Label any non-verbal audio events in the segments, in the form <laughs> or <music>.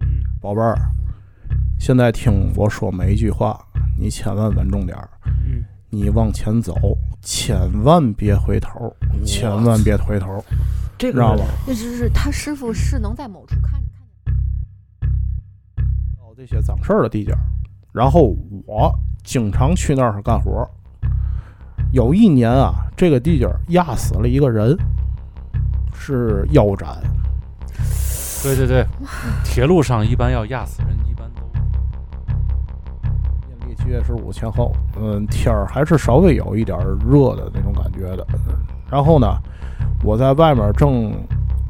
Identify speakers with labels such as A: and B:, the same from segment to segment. A: 嗯宝贝儿，现在听我说每一句话，你千万稳重点儿。
B: 嗯，
A: 你往前走，千万别回头，千万别回头，
B: 这
A: 知
B: 个
A: 道吧？
C: 那就是他师傅是能在某处看看见。
A: 到这些脏事儿的地界儿。然后我经常去那儿干活儿。有一年啊，这个地界儿压死了一个人，是腰斩。
D: 对对对，铁路上一般要压死人，一般都
A: 阴历七月十五前后，嗯，天儿还是稍微有一点儿热的那种感觉的。然后呢，我在外面正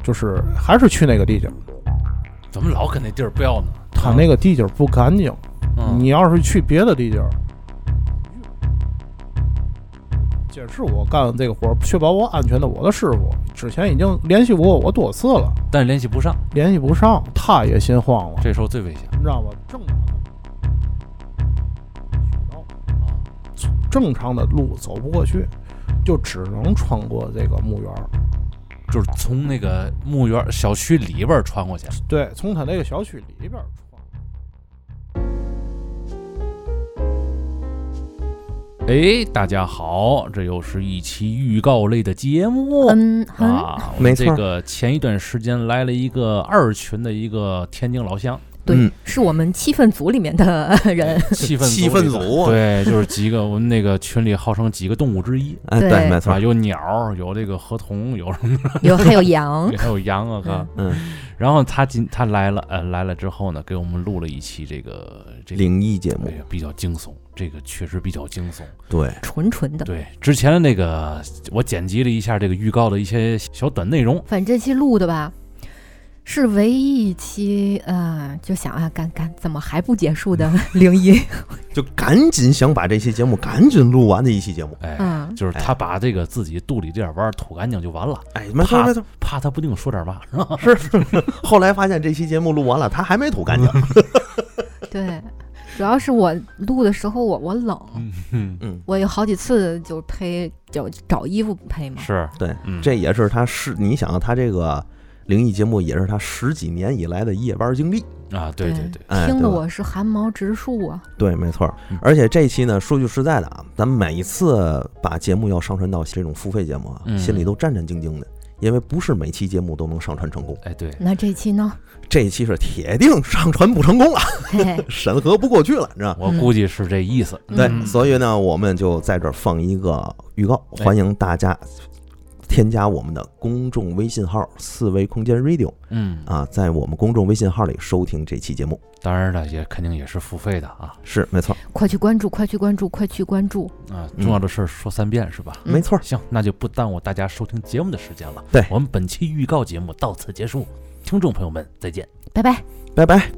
A: 就是还是去那个地界儿，
D: 怎么老跟那地儿飙呢？
A: 他那个地界儿不干净。
D: 嗯，
A: 你要是去别的地界儿，这是我干的这个活儿，确保我安全的我的师傅，之前已经联系过我多次了，
D: 但是联系不上，
A: 联系不上，他也心慌了，
D: 这时候最危险
A: 让我正常的
D: 啊！
A: 正常的路走不过去，就只能穿过这个墓园儿。
D: 就是从那个墓园小区里边儿穿过去，
A: 对，从他那个小区里边儿穿。
D: 哎，大家好，这又是一期预告类的节目。
C: 嗯，
D: 啊，我们
B: 没错
D: 这个前一段时间来了一个二群的一个天津老乡，
C: 对
B: 嗯，
C: 是我们气氛组里面的 <laughs> 人。
D: 气氛
B: 气氛
D: 里的
B: 组
D: 对，就是几个我们那个群里号称几个动物之一，
B: 哎，
C: 对
B: 对，没
D: 是
B: 错
D: 吧？，有鸟儿，有这个河童，有什么
C: 有还有羊，
D: 还有羊啊，哥。
B: 嗯，
D: 然后他今他来了，呃，来了之后呢，给我们录了一期这个这个，
B: 灵异节目
D: 哎，呀，比较惊悚，这个确实比较惊悚。
B: 对，
C: 纯纯的。
D: 对，之前的那个我剪辑了一下这个预告的一些小短内容，
C: 反正这期录的吧，是唯一一期，呃，就想啊，赶赶怎么还不结束
B: <laughs>
C: 的灵异，
B: 就赶紧想把这期节目赶紧录完的一期节目，
D: 哎，
C: 嗯，
D: 就是他把这个自己肚里这点弯儿吐干净就完了，
B: 哎，没错
D: 怕
B: 没错，
D: 怕他不定说点嘛，是吧？
B: 后来发现这期节目录完了，他还没吐干净，
C: 对。主要是我录的时候我我冷，
D: 嗯，
B: 嗯，
C: 我有好几次就呸，就找衣服呸嘛。
D: 是，
B: 对，
D: 嗯，
B: 这也是他是你想啊他这个灵异节目也是他十几年以来的夜班经历，
D: 啊，对对对，
B: 哎，
C: 听
B: 对
C: 得
B: 吧
C: 我是汗毛直竖啊。
B: 对，没错
D: 嗯。
B: 而且这期呢，说句实在的啊，咱们每一次把节目要上传到这种付费节目啊，
D: 嗯
B: 心里都战战兢兢的，因为不是每期节目都能上传成功。
D: 哎对，
C: 那这期呢？
B: 这一期是铁定上传不成功了，，
C: 嘿嘿
B: 审核不过去了，你知道吗？
D: 我估计是这意思。
C: 嗯
B: 对，
D: 嗯
B: 所以呢，我们就在这儿放一个预告，
D: 哎
B: 欢迎大家添加我们的公众微信号“四维空间 radio”
D: 嗯，
B: 啊，在我们公众微信号里收听这期节目。
D: 当然了，也肯定也是付费的啊
B: 是，没错，
C: 快去关注，快去关注，快去关注。
D: 啊，
B: 嗯
D: 重要的事儿说三遍是吧？
C: 嗯
B: 没错，
D: 行，那就不耽误大家收听节目的时间了。
B: 对
D: 我们本期预告节目到此结束，听众朋友们再见。
C: 拜拜。
B: 拜拜。